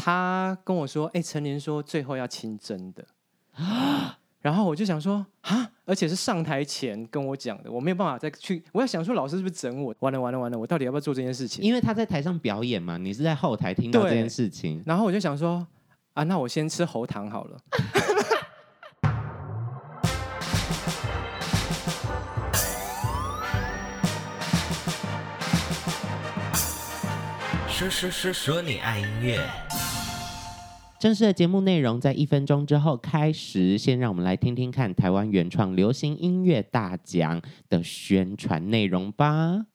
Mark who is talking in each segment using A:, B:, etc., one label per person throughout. A: 他跟我说：“哎、陈年说最后要清真的。” 然后我就想说：“啊！”而且是上台前跟我讲的，我没有办法再去。我要想说，老师是不是整我？完了完了完了，我到底要不要做这件事情？
B: 因为他在台上表演嘛，你是在后台听到
A: 对
B: 这件事情。
A: 然后我就想说，啊，那我先吃喉糖好了。
C: 说说说说你爱音乐，
B: 正式的节目内容在一分钟之后开始，先让我们来听听看台湾原创流行音乐大奖的宣传内容吧。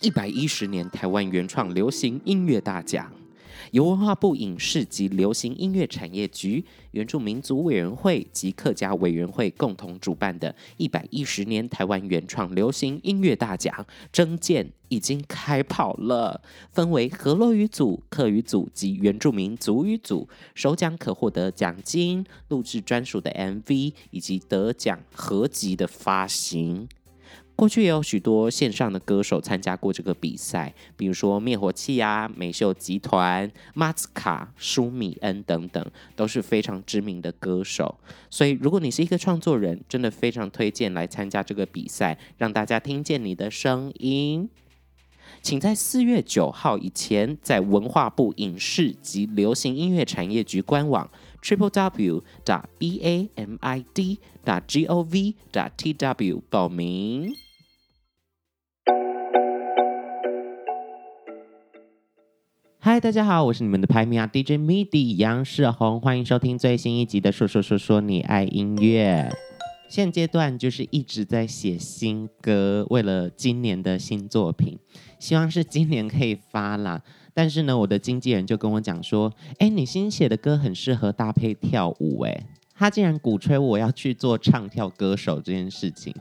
B: 一百一十年台湾原创流行音乐大奖，由文化部影视及流行音乐产业局、原住民族委员会及客家委员会共同主办的一百一十年台湾原创流行音乐大奖征件已经开跑了。分为河洛语组、客语组及原住民族语组，首奖可获得奖金、录制专属的 MV 以及得奖合集的发行。过去也有许多线上的歌手参加过这个比赛，比如说灭火器啊、美秀集团、马斯卡、舒米恩等等，都是非常知名的歌手。所以，如果你是一个创作人，真的非常推荐来参加这个比赛，让大家听见你的声音。请在四月九号以前，在文化部影视及流行音乐产业局官网 triple w d b a m i d g o v t w 报名。嗨，大家好，我是你们的排名啊 DJ MIDI 杨世宏，欢迎收听最新一集的《说说说说你爱音乐》。现阶段就是一直在写新歌，为了今年的新作品。希望是今年可以发啦。但是呢，我的经纪人就跟我讲说，哎，你新写的歌很适合搭配跳舞，哎，他竟然鼓吹我要去做唱跳歌手这件事情。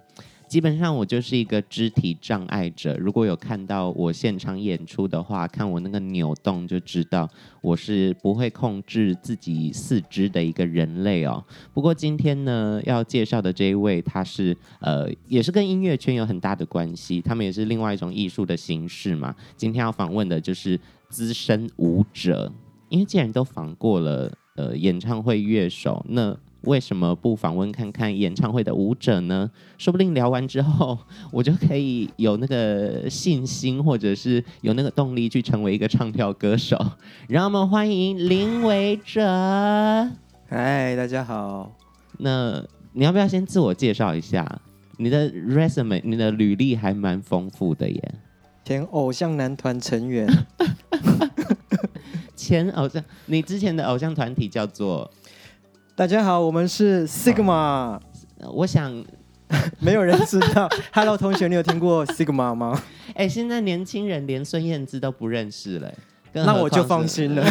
B: 基本上我就是一个肢体障碍者，如果有看到我现场演出的话，看我那个扭动就知道我是不会控制自己四肢的一个人类哦。不过今天呢，要介绍的这一位，他是呃，也是跟音乐圈有很大的关系，他们也是另外一种艺术的形式嘛。今天要访问的就是资深舞者，因为既然都访过了呃演唱会乐手，那为什么不访问看看演唱会的舞者呢？说不定聊完之后，我就可以有那个信心，或者是有那个动力去成为一个唱跳歌手。让我们欢迎林维哲。
A: 嗨，哎大家好，
B: 那你要不要先自我介绍一下？你的 resume，你的履历还蛮丰富的耶。
A: 前偶像男团成员
B: 前偶像，你之前的偶像团体叫做……
A: 大家好，我们是 Sigma，
B: 呃我想，
A: 没有人知道。Hello，同学，你有听过 Sigma 吗？
B: 哎、现在年轻人连孙燕姿都不认识了，更
A: 那
B: 何
A: 我就
B: 况
A: 放
B: 是。
A: 心了。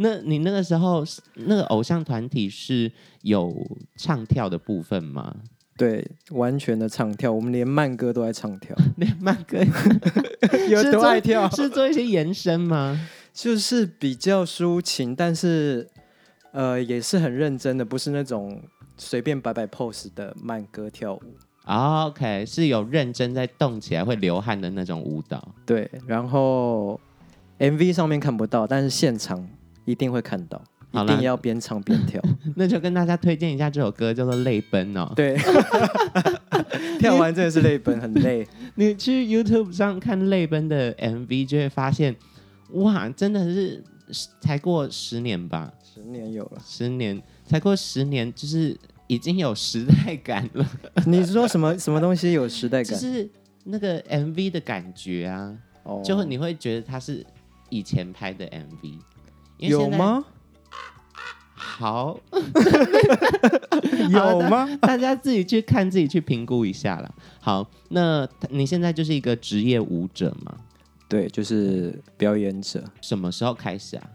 B: 那你那个时候是那个偶像团体是有唱跳的部分 吗？
A: 对，完全的唱跳，我们连慢歌都在唱 跳，
B: 那曼哥
A: 有
B: 是
A: 多
B: 做
A: 爱跳？
B: 是做一些延伸吗？
A: 就是比较抒情，但是呃也是很认真的，不是那种随便摆摆 pose 的慢歌跳舞。
B: 啊 OK，是有认真在动起来会流汗的那种舞蹈。
A: 对，然后 MV 上面看不到，但是现场一定会看到，
B: 好
A: 一
B: 啦
A: 定要边唱边跳。
B: 那就跟大家推荐一下这首歌，叫做《泪奔》哦。
A: 对， 跳完真的是泪奔，很累。
B: 你去 YouTube 上看《泪奔》的 MV，就会发现，哇，真的是才过十年吧，
A: 十年有了，
B: 十年才过十年，就是已经有时代感了，
A: 你是说什么什么东西有时代
B: 就
A: 感？
B: 是那个 MV 的感觉啊，
A: 哦
B: 就会你会觉得它是以前拍的 MV，因为
A: 有
B: 现在？
A: 吗？
B: 好，
A: 有吗？
B: 大家自己去看，自己去评估一下啦。好，那你现在就是一个职业舞者嘛？
A: 对，就是表演者。
B: 什么时候开始啊？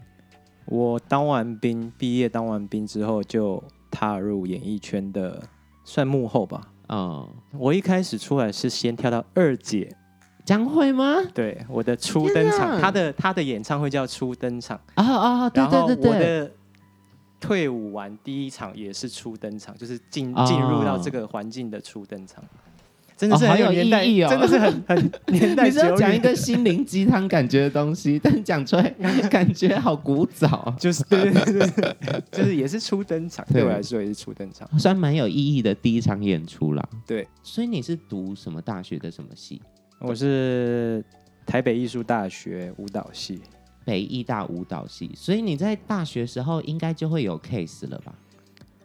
A: 我当完兵，毕业当完兵之后就踏入演艺圈的，算幕后吧。
B: 哦，
A: 我一开始出来是先跳到二姐，
B: 将会吗？
A: 对我的初登
B: 天
A: 场，
B: 哪
A: 她的她的演唱会叫初登场，
B: 啊啊，对
A: 然后
B: 对对
A: 我
B: 对，
A: 的退伍完第一场也是初登场，就是进
B: 哦
A: 进入到这个环境的初登场。真的是
B: 哦好
A: 很
B: 有
A: 年代，
B: 意义哦
A: 真的是很很年代
B: 你是要
A: 久
B: 讲一
A: 远。
B: 个心灵鸡汤感觉的东西，但讲出来感觉好古早，
A: 就是对对对对，对 就是也是初登场，
B: 对
A: 对我来说也是初登场。
B: 算蛮有意义的第一场演出啦。
A: 对，
B: 所以你是读什么大学的什么系？
A: 我是台北艺术大学舞蹈系，
B: 北艺大舞蹈系，所以你在大学时候应该就会有 case 了吧？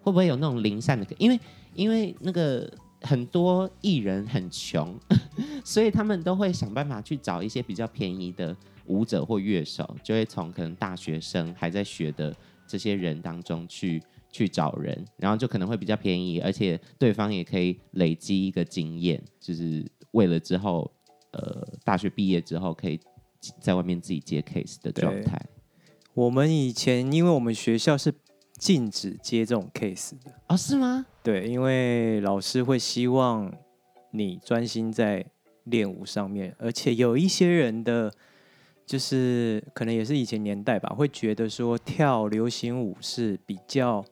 B: 会不会有那种零散的？因为因为那个很多艺人很穷， 所以他们都会想办法去找一些比较便宜的舞者或乐手，就会从可能大学生还在学的这些人当中去去找人，然后就可能会比较便宜，而且对方也可以累积一个经验，就是为了之后呃大学毕业之后可以在外面自己接 case 的
A: 对
B: 状态。
A: 我们以前因为我们学校是禁止接这种 case 的，
B: 哦，是吗？
A: 对，因为老师会希望你专心在练舞上面，而且有一些人的，就是可能也是以前年代吧，会觉得说跳流行舞是比较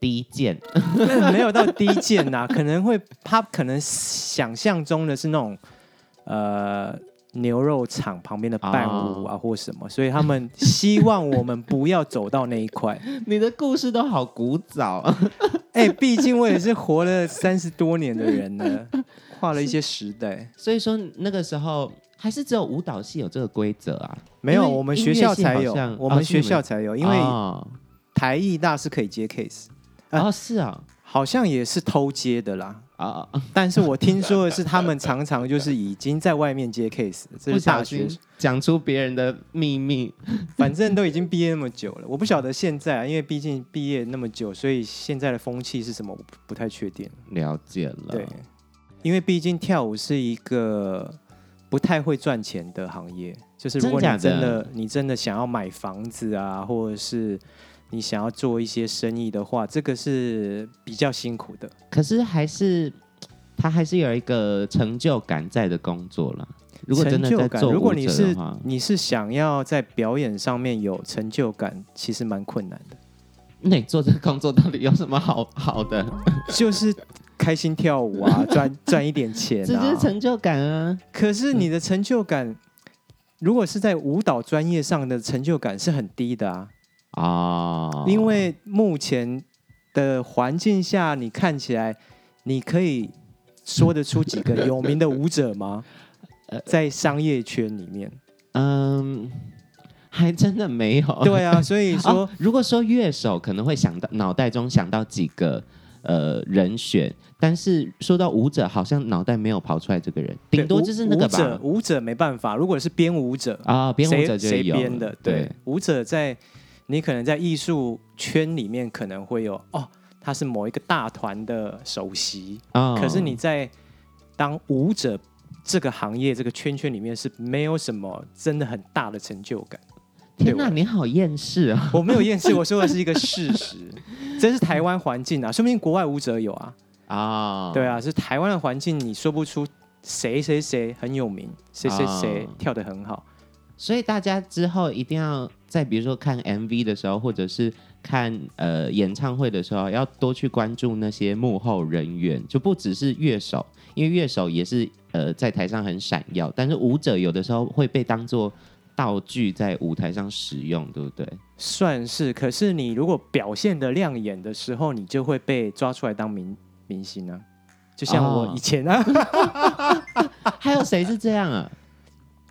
B: 第一件，
A: 没有到低贱呐、 可能会他可能想象中的是那种呃牛肉厂旁边的伴舞啊或什么，所以他们希望我们不要走到那一块。
B: 你的故事都好古早，啊
A: 哎、毕竟我也是活了三十多年的人 呢，跨了一些时代。
B: 所以说那个时候还是只有舞蹈系有这个规则啊。
A: 没有，
B: 因为
A: 我们
B: 音
A: 学
B: 乐
A: 校
B: 系
A: 才
B: 好
A: 有
B: 像，
A: 我
B: 哦
A: 们
B: 是
A: 学
B: 你
A: 校才有，因为
B: 哦
A: 台艺大是可以接 case，
B: 哦是啊，
A: 好像也是偷接的啦。
B: 啊，哦
A: 但是我听说的是，他们常常就是已经在外面接 case，这
B: 不
A: 是
B: 小
A: 大学
B: 心讲出别人的秘密，
A: 反正都已经毕业那么久了，我不晓得现在啊，因为毕竟毕业那么久，所以现在的风气是什么，我不不太确定。
B: 了解了。
A: 对，因为毕竟跳舞是一个不太会赚钱的行业，就是如果你
B: 真假
A: 真
B: 的
A: 的你真的想要买房子啊，或者是你想要做一些生意的话，这个是比较辛苦的。
B: 可是还是他还是有一个成就感在的工作啦。如果真的
A: 成
B: 在
A: 就感
B: 做
A: 如果
B: 舞
A: 你
B: 者
A: 是
B: 的话，
A: 你是想要在表演上面有成就感，其实蛮困难的，
B: 那你做这个工作到底有什么好好的？
A: 就是开心跳舞 啊，赚赚一点钱啊，
B: 这就是成就感啊！
A: 可是你的成就感，如果是在舞蹈专业上的成就感是很低的啊，
B: 哦，
A: 因为目前的环境下，你看起来你可以说得出几个有名的舞者吗？
B: 呃
A: 在商业圈里面，
B: 嗯，还真的没有。
A: 对啊，所以说
B: 哦，如果说乐手可能会想到脑袋中想到几个呃人选，但是说到舞者，好像脑袋没有跑出来这个人，顶多
A: 对
B: 就是那个
A: 舞者
B: 吧，。
A: 舞者没办法，如果是编舞者，
B: 啊，编舞
A: 谁
B: 者就
A: 谁
B: 有
A: 编的
B: 了，
A: 对，舞者在你可能在艺术圈里面可能会有哦，他是某一个大团的首席，
B: 啊。
A: 可是你在当舞者这个行业这个圈圈里面是没有什么真的很大的成就感。
B: 天
A: 对
B: 哪，
A: 我
B: 你好厌世啊！
A: 我没有厌世，我说的是一个事实，这是台湾环境啊，说不定国外舞者有啊。
B: 啊，
A: 对， 啊，是台湾的环境，你说不出谁谁谁很有名，谁谁谁
B: 啊
A: 跳得很好。
B: 所以大家之后一定要在比如说看 MV 的时候，或者是看呃演唱会的时候，要多去关注那些幕后人员，就不只是乐手，因为乐手也是呃在台上很闪耀，但是舞者有的时候会被当做道具在舞台上使用，对不对？
A: 算是，可是你如果表现的亮眼的时候，你就会被抓出来当明明星啊。就像我
B: 哦
A: 以前啊，
B: 还有谁是这样啊？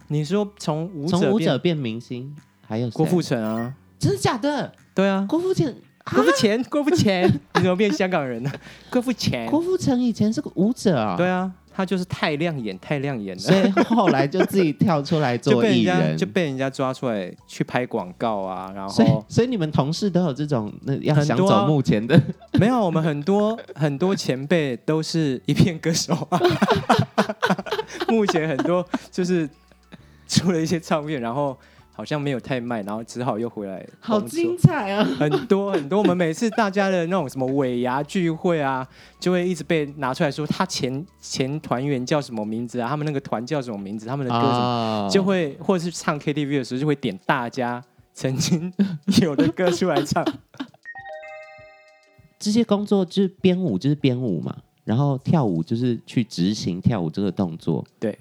A: 你说从舞
B: 从
A: 者
B: 舞者
A: 变
B: 变明星，还有谁
A: 郭富，城啊，
B: 真的假的？
A: 对啊，
B: 郭富城，
A: 郭富城，郭富城，你怎么变香港人呢？郭富城，
B: 郭富城以前是个舞者啊、
A: 哎对啊，他就是太亮眼，太亮眼
B: 所
A: 了，
B: 以后来就自己跳出来
A: 就
B: 做
A: 被
B: 艺
A: 人家
B: 人，
A: 就被人家抓出来去拍广告啊，然
B: 所
A: 后
B: 以，所以你们同事都有这种那要
A: 很
B: 想
A: 多啊
B: 走幕前的，
A: 没有，我们很多很多前辈都是一片歌手啊， 目前很多就是出了一些唱片，然后好像没有太卖，然后只好又回来
B: 好
A: 工作
B: 精彩啊！
A: 很多很多，我们每次大家的那种什么尾牙聚会啊，就会一直被拿出来说他前前团员叫什么名字啊，他们那个团叫什么名字，他们的歌什么，
B: 啊
A: 就会或者是唱 KTV 的时候就会点大家曾经有的歌出来唱。
B: 这些工作就是编舞，就是编舞嘛。然后跳舞就是去执行跳舞这个动作，
A: 对，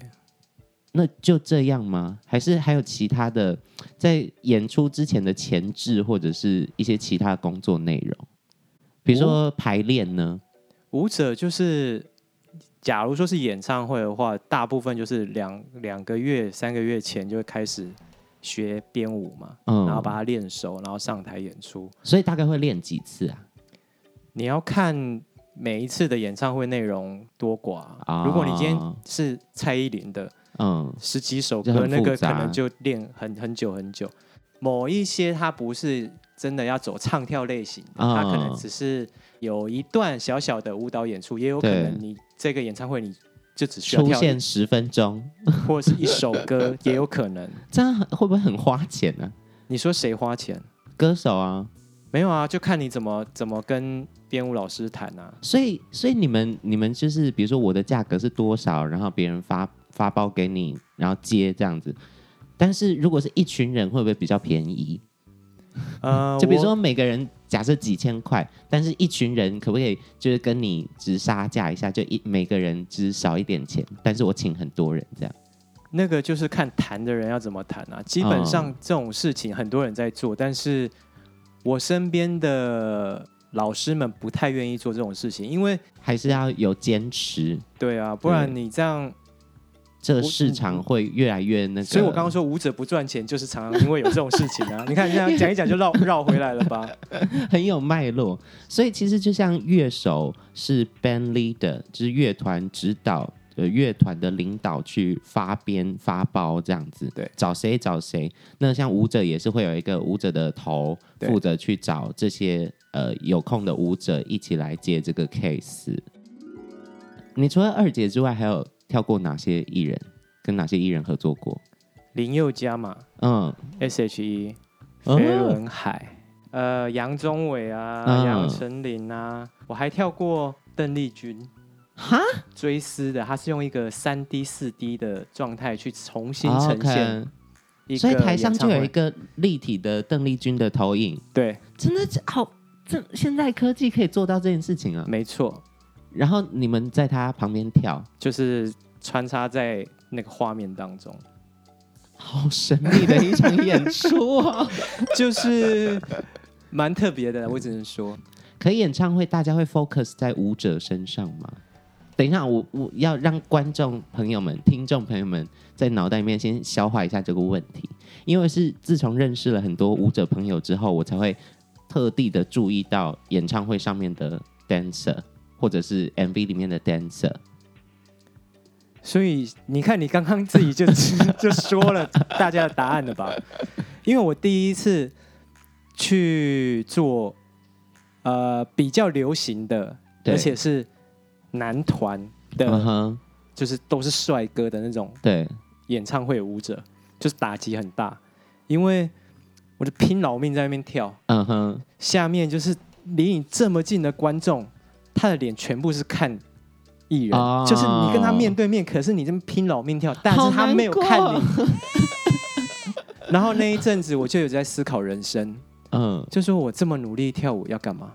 B: 那就这样吗？还是还有其他的在演出之前的前置或者是一些其他工作内容？比如说排练呢？
A: 舞者就是，假如说是演唱会的话，大部分就是两两个月、三个月前就会开始学编舞嘛，
B: 嗯，
A: 然后把它练熟，然后上台演出。
B: 所以大概会练几次啊？
A: 你要看每一次的演唱会内容多寡。
B: 啊
A: 如果你今天是蔡依林的
B: 嗯，
A: 十几首
B: 就
A: 歌，
B: 很复
A: 那个可
B: 杂
A: 能就练很很久很久。某一些它不是真的要走唱跳类型的，它
B: 啊
A: 可能只是有一段小小的舞蹈演出，也有可能
B: 对
A: 你这个演唱会你就只需要
B: 出
A: 跳
B: 现十分钟，
A: 或者是一首 歌，也有可能。
B: 这样会不会很花钱呢、
A: 你说谁花钱？
B: 歌手啊，
A: 没有啊，就看你怎么怎么跟编舞老师谈啊。
B: 所以所以你们你们就是比如说我的价格是多少，然后别人发发包给你，然后接这样子。但是如果是一群人，会不会比较便宜？
A: 呃，
B: 就比如
A: 我
B: 说每个人假设几千块，但是一群人可不可以就是跟你只杀价一下，就一每个人只少一点钱，但是我请很多人这样。
A: 那个就是看谈的人要怎么谈啊。基本上这种事情很多人在做，但是我身边的老师们不太愿意做这种事情，因为
B: 还是要有坚持，
A: 对啊，不
B: 嗯
A: 然你这样，
B: 这
A: 我
B: 市场会越来越那个。
A: 所以我刚刚说舞者不赚钱，就是常常因为有这种事情啊。你看这样讲一讲就绕绕回来了 吧？
B: 很有脉络，所以其实就像乐手是 band leader，就是乐团指导，呃，乐团的领导去发编发包这样子，
A: 对，
B: 找谁找谁。那像舞者也是会有一个舞者的头
A: 对
B: 负责去找这些呃有空的舞者一起来接这个 case。你除了二姐之外，还有跳过哪些艺人？跟哪些艺人合作过？
A: 林宥嘉嘛
B: 嗯，
A: ，S.H.E，
B: 哦
A: E，飞轮海，呃，杨宗纬啊，
B: 嗯
A: 杨丞琳啊，我还跳过邓丽君。
B: 哈，
A: 追思的，它是用一个三 D、四 D 的状态去重新呈现
B: 哦 OK
A: 一个
B: 所以台上
A: 演唱
B: 就
A: 会
B: 有一个立体的邓丽君的投影，
A: 对，
B: 真的好，这现在科技可以做到这件事情啊。
A: 没错，
B: 然后你们在她旁边跳，
A: 就是穿插在那个画面当 中，
B: 好神秘的一场演出 哦。
A: 就是蛮特别的。我只能说，
B: 可以演唱会大家会 focus 在舞者身上吗？等一下，我我要让观众朋友们、听众朋友们在脑袋里面先消化一下这个问题，因为是自从认识了很多舞者朋友之后，我才会特地的注意到演唱会上面的 dancer 或者是 MV 里面的 dancer。
A: 所以你看，你刚刚自己就 就说了大家的答案了吧？因为我第一次去做呃比较流行的，
B: 对
A: 而且是男团的，
B: 嗯哼，
A: 就是都是帅哥的那种
B: 对，
A: 演唱会舞者，就是打击很大，因为我就拼老命在那边跳，
B: 嗯哼，
A: 下面就是离你这么近的观众，他的脸全部是看艺人，
B: 哦
A: 就是你跟他面对面，可是你这么拼老命跳，但是他没有看
B: 好
A: 你。 然后那一阵子我就有在思考人生，
B: 嗯，
A: 就说我这么努力跳舞要干嘛？，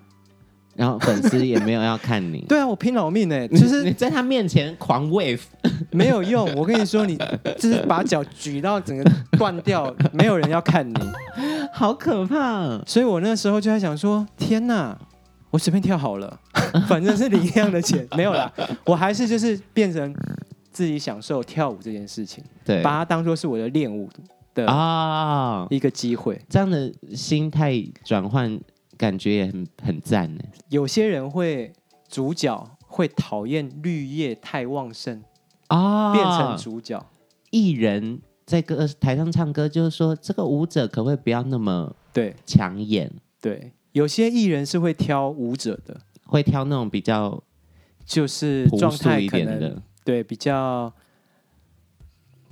B: 然后粉丝也没有要看你
A: 对啊，我拼老命呢、就是
B: 你在他面前狂 wave，
A: 没有用。我跟你说，你就是把脚举到整个断掉，没有人要看你。
B: 好可怕。
A: 所以我那时候就在想说，天哪，我随便跳好了， 反正是领一样的钱， 没有啦，我还是就是变成自己享受跳舞这件事情，
B: 对
A: 把它当做是我的练舞的
B: 啊、
A: 一个机会。
B: 这样的心态转换，感觉也很很赞欸呢。
A: 有些人会主角会讨厌绿叶太旺盛，
B: 啊
A: 变成主角。
B: 艺人在歌台上唱歌，就是说这个舞者可不可以不要那么
A: 对
B: 抢眼，
A: 对，有些艺人是会挑舞者的，
B: 会挑那种比较
A: 就是
B: 朴
A: 状
B: 素
A: 态
B: 一
A: 可
B: 点
A: 能
B: 的，
A: 对比较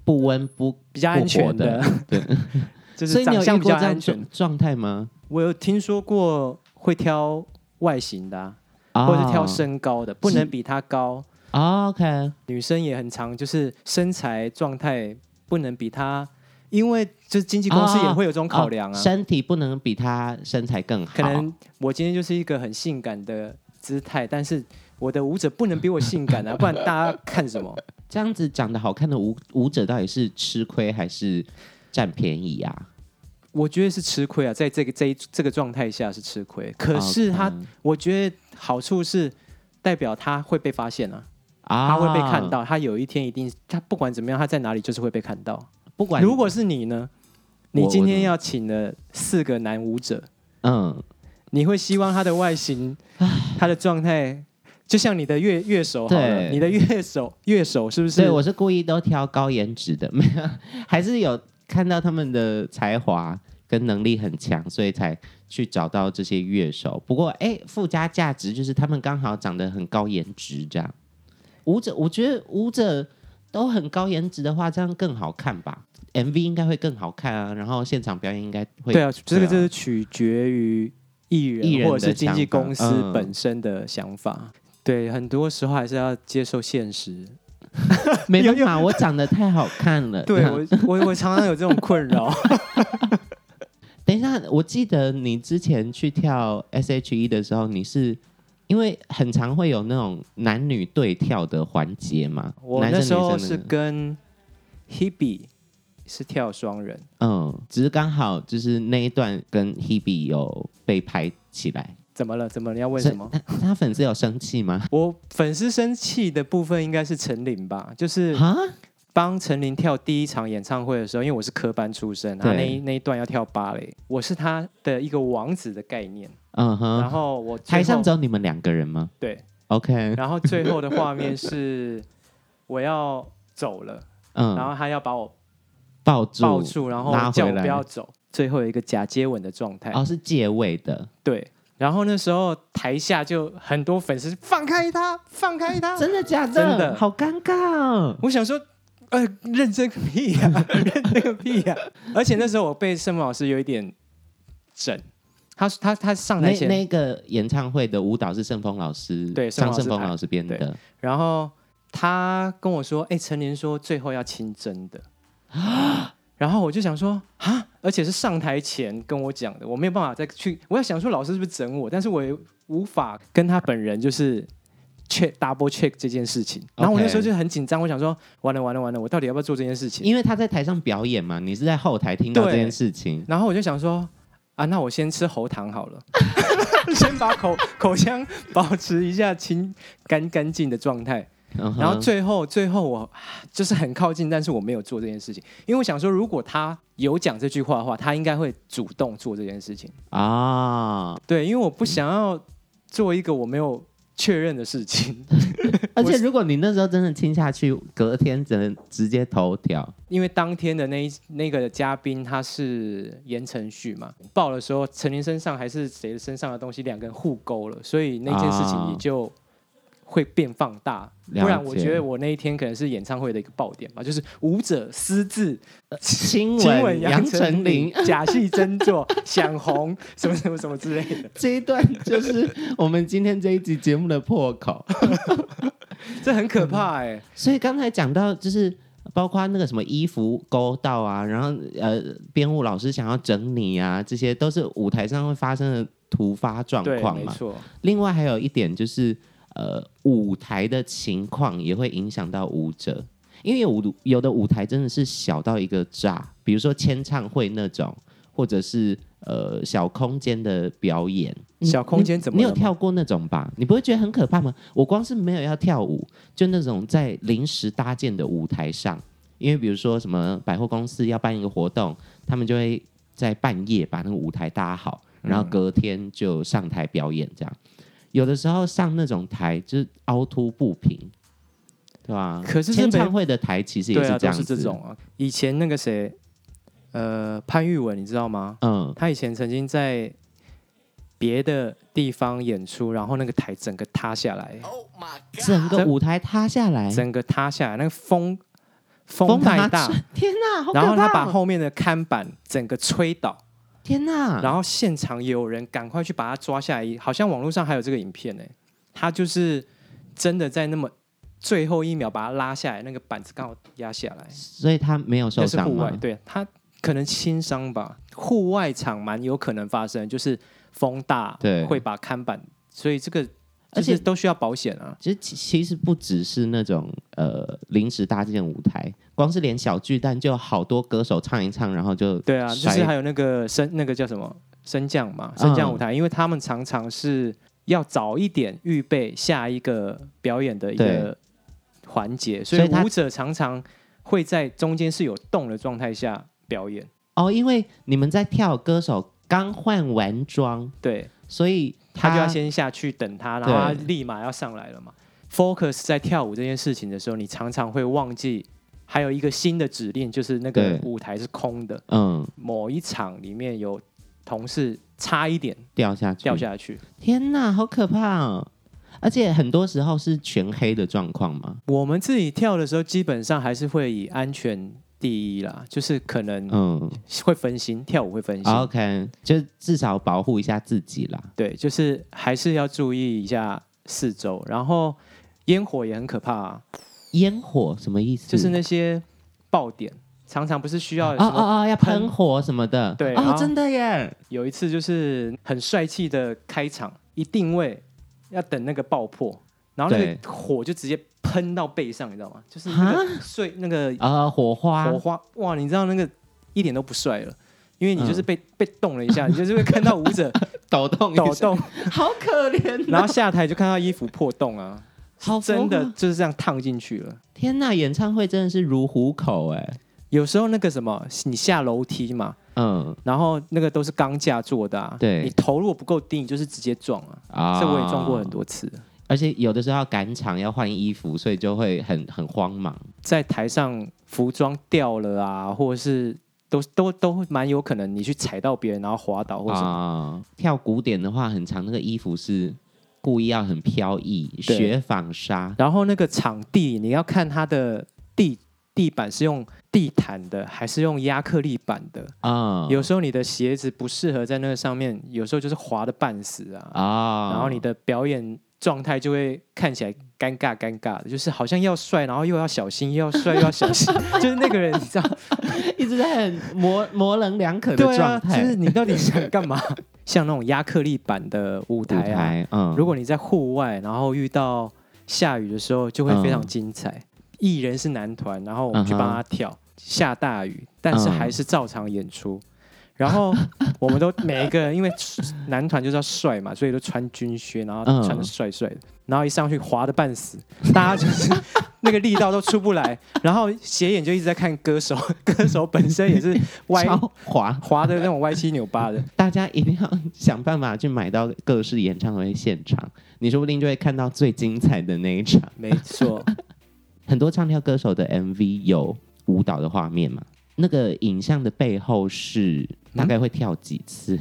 B: 不温不
A: 比较安全
B: 不
A: 的，
B: 对。
A: 就
B: 所
A: 是
B: 以你有
A: 长相
B: 遇
A: 比
B: 过
A: 较
B: 这样
A: 安全
B: 状状态吗？
A: 我有听说过会挑外形的、啊，
B: 啊
A: 或者是挑身高的，不
B: 是
A: 能比他高。
B: 啊，OK，
A: 女生也很常就是身材状态不能比他，因为就是经纪公司
B: 啊
A: 也会有这种考量啊。
B: 身体不能比他身材更好，
A: 可能我今天就是一个很性感的姿态，但是我的舞者不能比我性 感啊，不然大家看什么？
B: 这样子长得好看的舞舞者到底是吃亏还是占便宜啊？
A: 我觉得是吃亏啊，在这个这一这个状态下是吃亏，可是他
B: OK
A: 我觉得好处是代表他会被发现啊，
B: 啊，
A: 他会被看，到，他有一天一定，他不管怎么样，他在哪里就是会被看到。
B: 不管
A: 如果是你呢？
B: 我
A: 你今
B: 我
A: 天
B: 怎么
A: 要请了四个男舞者，
B: 嗯，
A: 你会希望他的外形、他的状态，就像你的乐乐手好了，
B: 对
A: 你的乐手乐手是不是
B: 对，？我是故意都挑高颜值的， 没有，还是有看到他们的才华跟能力很强，所以才去找到这些乐手。不过，哎，附加价值就是他们刚好长得很高颜值，这样舞者，我觉得舞者都很高颜值的话，这样更好看吧？MV 应该会更好看啊，然后现场表演应该会
A: 对啊，这个
B: 对啊
A: 就是取决于艺人
B: 艺人的
A: 或者是经纪公司
B: 想法嗯
A: 本身的想 法。对，很多时候还是要接受现实。
B: 没办法，我长得太好看了。
A: 对
B: 这样
A: 我，我我常常有这种困扰。
B: 等一下，我记得你之前去跳 S.H.E 的时候，你是因为很常会有那种男女对跳的环节嘛？
A: 我
B: 男
A: 那
B: 生
A: 时候
B: 女生
A: 是
B: 的
A: 跟 Hebe 是跳双人，
B: 嗯，只是刚好就是那一段跟 Hebe 有被拍起来，
A: 怎么了？怎么了？你要问什么？
B: 所以他他粉丝有生气吗？
A: 我粉丝生气的部分应该是陈琳吧，就是
B: 啊，
A: 帮陈琳跳第一场演唱会的时候，因为我是科班出身，然后那
B: 对
A: 一那一段要跳芭蕾，我是她的一个王子的概念。
B: 嗯
A: 然
B: 哼，
A: 后我最
B: 台上
A: 后
B: 只有你们两个人吗
A: 对，
B: ？OK，
A: 然后最后的画面是我要走了，然
B: 嗯，
A: 后他要把我
B: 抱住，
A: 抱住，然后
B: 拉
A: 叫
B: 回
A: 我
B: 来
A: 不要走，最后有一个假接吻的状态。
B: 哦，是借位的，
A: 对，然后那时候台下就很多粉丝放开他，放开他，
B: 真的假的？
A: 啊真的
B: 好尴尬哦。
A: 我想说，呃，认真个屁呀、 认真个屁呀、而且那时候我被盛峰老师有一点整，他他他上台
B: 那
A: 前，
B: 那个演唱会的舞蹈是盛峰老师，
A: 对盛
B: 张
A: 丰老师
B: 盛峰
A: 排
B: 老师编
A: 对
B: 的。
A: 然后他跟我说，哎、陈琳说最后要亲真的。 然后我就想说啊，而且是上台前跟我讲的，我没有办法再去。我要想说老师是不是整我，但是我也无法跟他本人就是 check double check 这件事情。然后我那
B: OK
A: 时候就很紧张，我想说完了完了完了，我到底要不要做这件事情？
B: 因为他在台上表演嘛，你是在后台听到
A: 对
B: 这件事情，
A: 然后我就想说，啊，那我先吃喉糖好了， 先把口口腔保持一下清干干净的状态。
B: 然
A: 然后最后最后我 啊就是很靠近，但是我没有做这件事情，因为我想说，如果他有讲这句话的话，他应该会主动做这件事情。
B: 啊，
A: 对，因为我不想要做一个我没有确认的事情，
B: 而且如果你那时候真的亲下去，隔天只能直接头条。
A: 因为当天的那一那个嘉宾他是言承旭嘛，抱的时候陈琳身上还是谁的身上的东西，两个人互勾了，所以那件事情
B: 啊
A: 也就会变放大。
B: 了解
A: 不然我觉得我那一天可能是演唱会的一个爆点吧，就是舞者私自
B: 亲
A: 亲
B: 吻
A: 吻呃杨
B: 杨
A: 丞
B: 丞
A: 琳
B: 琳，
A: 假戏真做，想红什么什么什么之类的，
B: 这一段就是我们今天这一集节目的破口。
A: 这很可怕哎、
B: 所以刚才讲到就是。包括那个什么衣服勾到啊，然后呃，编舞老师想要整你啊，这些都是舞台上会发生的突发状
A: 对，
B: 况
A: 没
B: 嘛。
A: 错，
B: 另外还有一点就是，呃，舞台的情况也会影响到舞者，因为有舞有的舞台真的是小到一个炸，比如说签唱会那种，或者是呃小空间的表演。你
A: 小空间
B: 嗯你
A: 怎么
B: 你
A: 了
B: 有跳过那种吧？你不会觉得很可怕吗？我光是没有要跳舞，就那种在临时搭建的舞台上，因为比如说什么百货公司要办一个活动，他们就会在半夜把那个舞台搭好，
A: 嗯
B: 然后隔天就上台表演这样。有的时候上那种台就是凹凸不平，对吧？
A: 可是这
B: 签
A: 边
B: 唱会的台其实也
A: 对
B: 是
A: 啊，都
B: 这样
A: 是
B: 子，
A: 这种啊。以前那个谁，呃，潘玉文，你知道吗？
B: 嗯，
A: 他以前曾经在别的地方演出，然后那个台整个塌下来，
B: 哦整个舞台塌下来，
A: 整个塌下来，那个风风
B: 风把
A: 太
B: 它
A: 大
B: 吹，天哪，好可怕
A: 然后他把
B: 哦
A: 后面的看板整个吹倒，
B: 天哪，
A: 然后现场也有人赶快去把他抓下来，好像网络上还有这个影片呢、他就是真的在那么最后一秒把他拉下来，那个板子刚好压下来，
B: 所以他没有受
A: 那是
B: 伤
A: 户外，
B: 吗？
A: 对他可能轻伤吧。户外场蛮有可能发生，就是风大，
B: 对
A: 会把看板，所以这个而
B: 而
A: 且
B: 且
A: 都需要保险啊。
B: 其实其其实不只是那种呃临时搭建舞台，光是连小巨蛋就有好多歌手唱一唱，然后就
A: 对啊，就
B: 甩
A: 是还有那个升那个叫什么升降嘛，
B: 嗯
A: 升降舞台，因为他们常常是要早一点预备下一个表演的一个环节，所
B: 所以
A: 以
B: 他
A: 舞者常常会在中间是有动的状态下表演。
B: 哦，因为你们在跳歌手刚换完妆，
A: 对，
B: 所以
A: 他就要先下去等他，然后他立马要上来了嘛。focus 在跳舞这件事情的时候，你常常会忘记还有一个新的指令，就是那个
B: 对
A: 舞台是空的。
B: 嗯
A: 某一场里面有同事差一点
B: 掉下去，
A: 掉下去，
B: 天哪，好可怕哦！而且很多时候是全黑的状况嘛，
A: 我们自己跳的时候，基本上还是会以安全第一啦，就是可能
B: 嗯
A: 会分心，跳舞会分心。
B: ，OK，就至少保护一下自己啦。
A: 对，就是还是要注意一下四周，然后烟火也很可怕、啊，
B: 烟火什么意思？
A: 就是那些爆点，常常不是需要
B: 哦
A: 什么？
B: 哦哦，要
A: 喷
B: 喷火什么的，
A: 对然
B: 哦
A: 后，
B: 真的耶，
A: 有一次就是很帅气的开场，一定位要等那个爆破，然后那个火就直接喷到背上，你知道吗？就是那个碎那个
B: 呃，火花，
A: 火花，哇！你知道那个一点都不帅了，因为你
B: 嗯
A: 就是被、被动了一下，你就是会看到舞 者
B: 抖动一下
A: 抖，动，
B: 好可怜、
A: 然后下台就看到衣服破洞啊，
B: 好
A: 真
B: 疯
A: 的
B: 啊！
A: 就是这样烫进去了。
B: 天呐，演唱会真的是如虎口哎、
A: 有时候那个什么，你下楼梯嘛，
B: 嗯
A: 然后那个都是钢架做的、啊，
B: 对
A: 你头如果不够低，你就是直接撞啊。
B: 啊
A: 这我也撞过很，多次，
B: 而且有的时候要赶场要换衣服，所以就会很很慌忙。
A: 在台上服装掉了啊，或者是都都都会蛮有可能你去踩到别人，然后滑倒或什么。
B: 啊，跳古典的话，很长那个衣服是故意要很飘逸，
A: 对
B: 雪纺纱。
A: 然后那个场地，你要看它的地地板是用地毯的，还是用亚克力板的。
B: 啊，
A: 有时候你的鞋子不适合在那个上面，有时候就是滑的半死啊。
B: 啊，
A: 然后你的表演状态就会看起来尴尬尴尬的，就是好像要帅，然后又要小心，又要帅又要小 心，就是那个人你知道？
B: 一直在很模模棱两可的
A: 对啊，
B: 状
A: 就
B: 态。
A: 是你到底想干嘛？ 像那种亚克力板的舞
B: 舞
A: 台啊，
B: 台，嗯，
A: 如果你在户外，然后遇到下雨的时候，就会非常
B: 嗯
A: 精彩。艺、人是男团，然后我们去帮他跳。
B: 嗯
A: 下大雨，但是还是照常演出。然后我们都每一个人，因为男团就是要帅嘛，所以都穿军靴，然后
B: 嗯
A: 穿的帅帅的。然后一上去滑的半死，大家就是那个力道都出不来，然后斜眼就一直在看歌手， 歌手本身也是歪
B: 超滑，
A: 滑的那种歪七扭八的。
B: 大家一定要想办法去买到各式演唱会现场，你说不定就会看到最精彩的那一场。
A: 没错，
B: 很多唱跳歌手的 MV 有舞蹈的画面嘛，那个影像的背后是大概会跳几次，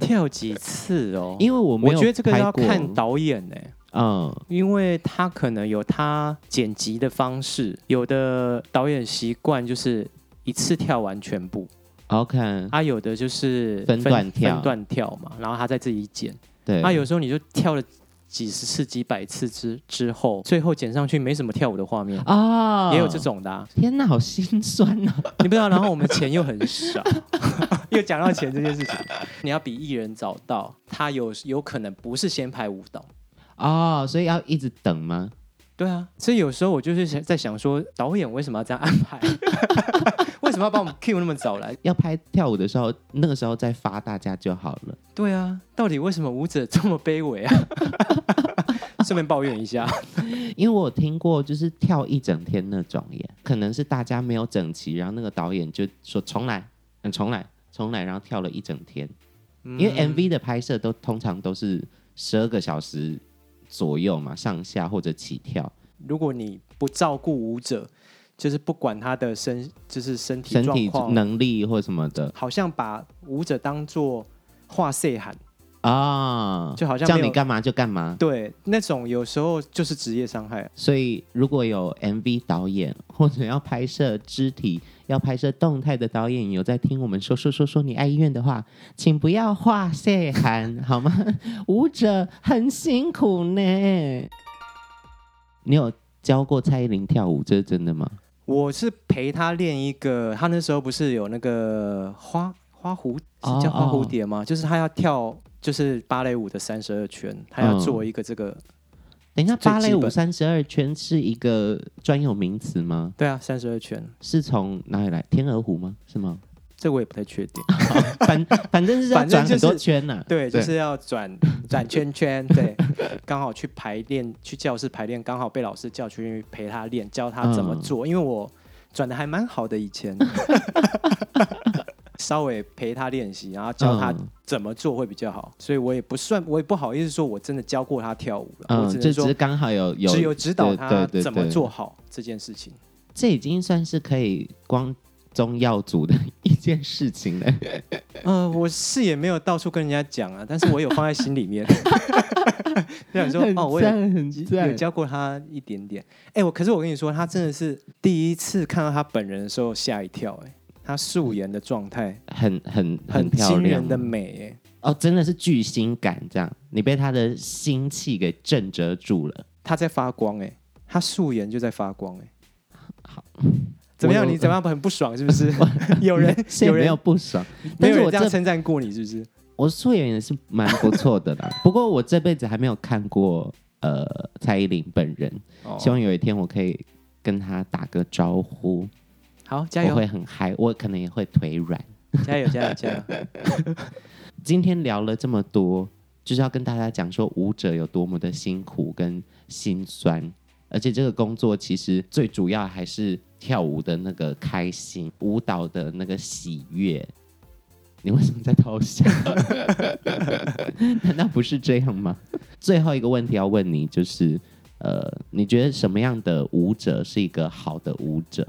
A: 跳几次哦？
B: 因为我没
A: 我
B: 有
A: 觉得这个
B: 拍
A: 要
B: 过
A: 看，导演呢、
B: 嗯
A: 因为他可能有他剪辑的方式，有的导演习惯就是一次跳完全部，
B: ，OK，
A: 他、有的就是
B: 分段跳
A: 分段跳嘛，然后他再自己剪。啊
B: 对，
A: 他、有时候你就跳了几十次、几百次之之后，最后剪上去没什么跳舞的画面，
B: 啊，
A: 也有这，种的、啊，
B: 天哪，好心酸啊呐、
A: 你不知道。然后我们钱又很少， 又讲到钱这件事情，你要比艺人早到，他有有可能不是先拍舞蹈。
B: 啊，哦，所以要一直等吗？
A: 对啊，所以有时候我就是想在想说，导演为什么要这样安排？啊 为什么要把我们 Q 那么早来？
B: 要拍跳舞的时候，那个时候再发大家就好了。
A: 对啊，到底为什么舞者这么卑微啊？ 顺便抱怨一下，
B: 因为我听过，就是跳一整天那种耶，可能是大家没有整齐，然后那个导演就说重来，嗯，重来，重来，然后跳了一整天。
A: 嗯
B: 因为 MV 的拍摄都通常都是十二个小时左右嘛，上下或者起跳，
A: 如果你不照顾舞者，就是不管他的身，就是身体
B: 身
A: 状
B: 体
A: 况，
B: 能力或什么的
A: 好像把舞者当做话塞喊，
B: 啊，
A: 就好像
B: 叫
A: 没有
B: 你干嘛就干嘛。
A: 对那种有时候就是职业伤害。啊
B: 所以如果有 MV 导演 或者要拍摄肢体、要拍摄动态的导演有在听我们说说说说你爱医院的话，请不要话谢寒 好吗？舞者很辛苦呢。你有教过蔡依林跳舞，这是真的吗？
A: 我是陪他练一个，
B: 哦
A: 他那时候不是有那个花花蝴，是叫花蝴蝶吗就是他要跳就是芭蕾舞的三十二圈，他要
B: 嗯
A: 做一个这个，
B: 等一下，
A: 最
B: 芭蕾
A: 基
B: 舞
A: 本
B: 三十二圈是一个专有名词吗？
A: 对啊，三十二圈，
B: 是从哪里来？天鹅湖吗？是吗？
A: 这我也不太确 定。
B: 反反正是 要
A: 反正
B: 转很多
A: 就是
B: 圈呐、
A: 对，就是要 转转圈圈，对，刚好去排练，去教室排练，刚好被老师叫去陪他练，教他怎么
B: 嗯
A: 做，因为我转的还蛮好的，以前 稍微陪他练习，然后教他
B: 嗯
A: 怎么做会比较好，所以我也不算，我也不好意思说我真的教过他跳舞了，我
B: 嗯，
A: 只
B: 这
A: 能
B: 只
A: 说
B: 是刚好有有
A: 只有指导
B: 对对
A: 他
B: 对
A: 怎么
B: 对
A: 做好这件事情。
B: 这已经算是可以光宗耀祖的一件事情了。
A: 呃，我是也没有到处跟人家讲啊，但是我有放在心里 面，就想说
B: 很
A: 哦，我有
B: 赞很
A: 有
B: 赞，
A: 教过他一点点。哎、我可是我跟你说，他真的是第一次看到他本人的时候吓一跳、哎，他素颜的状态
B: 很很
A: 很
B: 漂
A: 惊
B: 亮
A: 人的美、哎，
B: 哦，真的是巨星感这样，你被他的心气给震折住了。
A: 他在发光、哎，他素颜就在发光、哎，怎么
B: 我
A: 样？
B: 有
A: 你怎么样很不爽是不是？ 有 人
B: 谁
A: 有
B: 没
A: 人
B: 有不爽？
A: 没
B: 但
A: 有
B: 是
A: 人
B: 我
A: 这样
B: 这
A: 称赞过你是不是？
B: 我素颜也是蛮不错的 啦，不过我这辈子还没有看过呃蔡依林本人，
A: 哦
B: 希望有一天我可以跟她打个招呼，
A: 好，加
B: 我
A: 油
B: 会很嗨，我可能也会腿软。
A: 加油加油加 油！
B: 今天聊了这么多，就是要跟大家讲说舞者有多么的辛苦跟心酸，而且这个工作其实最主要还是跳舞的那个开心，舞蹈的那个喜悦。你为什么在偷笑？难道不是这样吗？最后一个问题要问你，就是呃，你觉得什么样的舞者是一个好的舞者？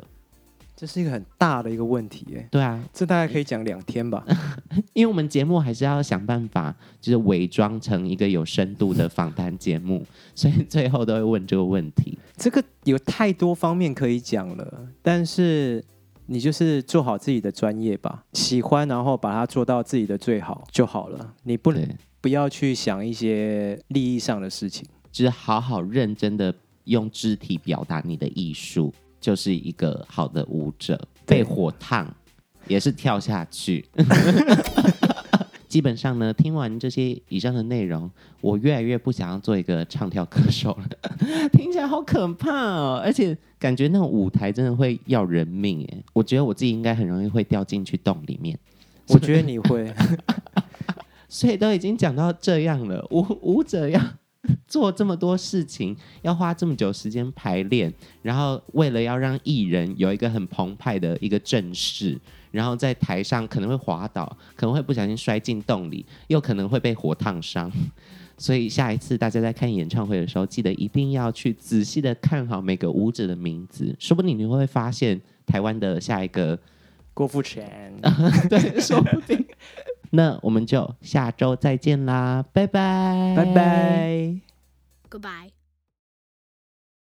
A: 这是一个很大的一个问题、哎，
B: 对啊，
A: 这大概可以讲两天吧。
B: 因为我们节目还是要想办法，就是伪装成一个有深度的访谈节目，所以最后都会问这个问题。
A: 这个有太多方面可以讲了，但是你就是做好自己的专业吧，喜欢然后把它做到自己的最好就好了。你不能
B: 对，
A: 不要去想一些利益上的事情。
B: 就是好好认真的用肢体表达你的艺术，就是一个好的舞者。
A: 对
B: 被火烫也是跳下去。 基本上呢，听完这些以上的内容，我越来越不想要做一个唱跳歌手了， 听起来好可怕哦！而且感觉那种舞台真的会要人命哎，我觉得我自己应该很容易会掉进去洞里面。
A: 我觉得你 会，
B: 所以都已经讲到这样了，舞舞者要做这么多事情，要花这么久时间排练，然后为了要让艺人有一个很澎湃的一个阵势，然后在台上可能会滑倒，可能会不小心摔进洞里，又可能会被火烫伤。 所以下一次大家在看演唱会的时候，记得一定要去仔细的看好每个舞者的名字，说不定你会发现台湾的下一个
A: 郭富城。
B: 对，说不定。那我们就下周再见啦，拜拜，
A: 拜。拜。
D: Goodbye.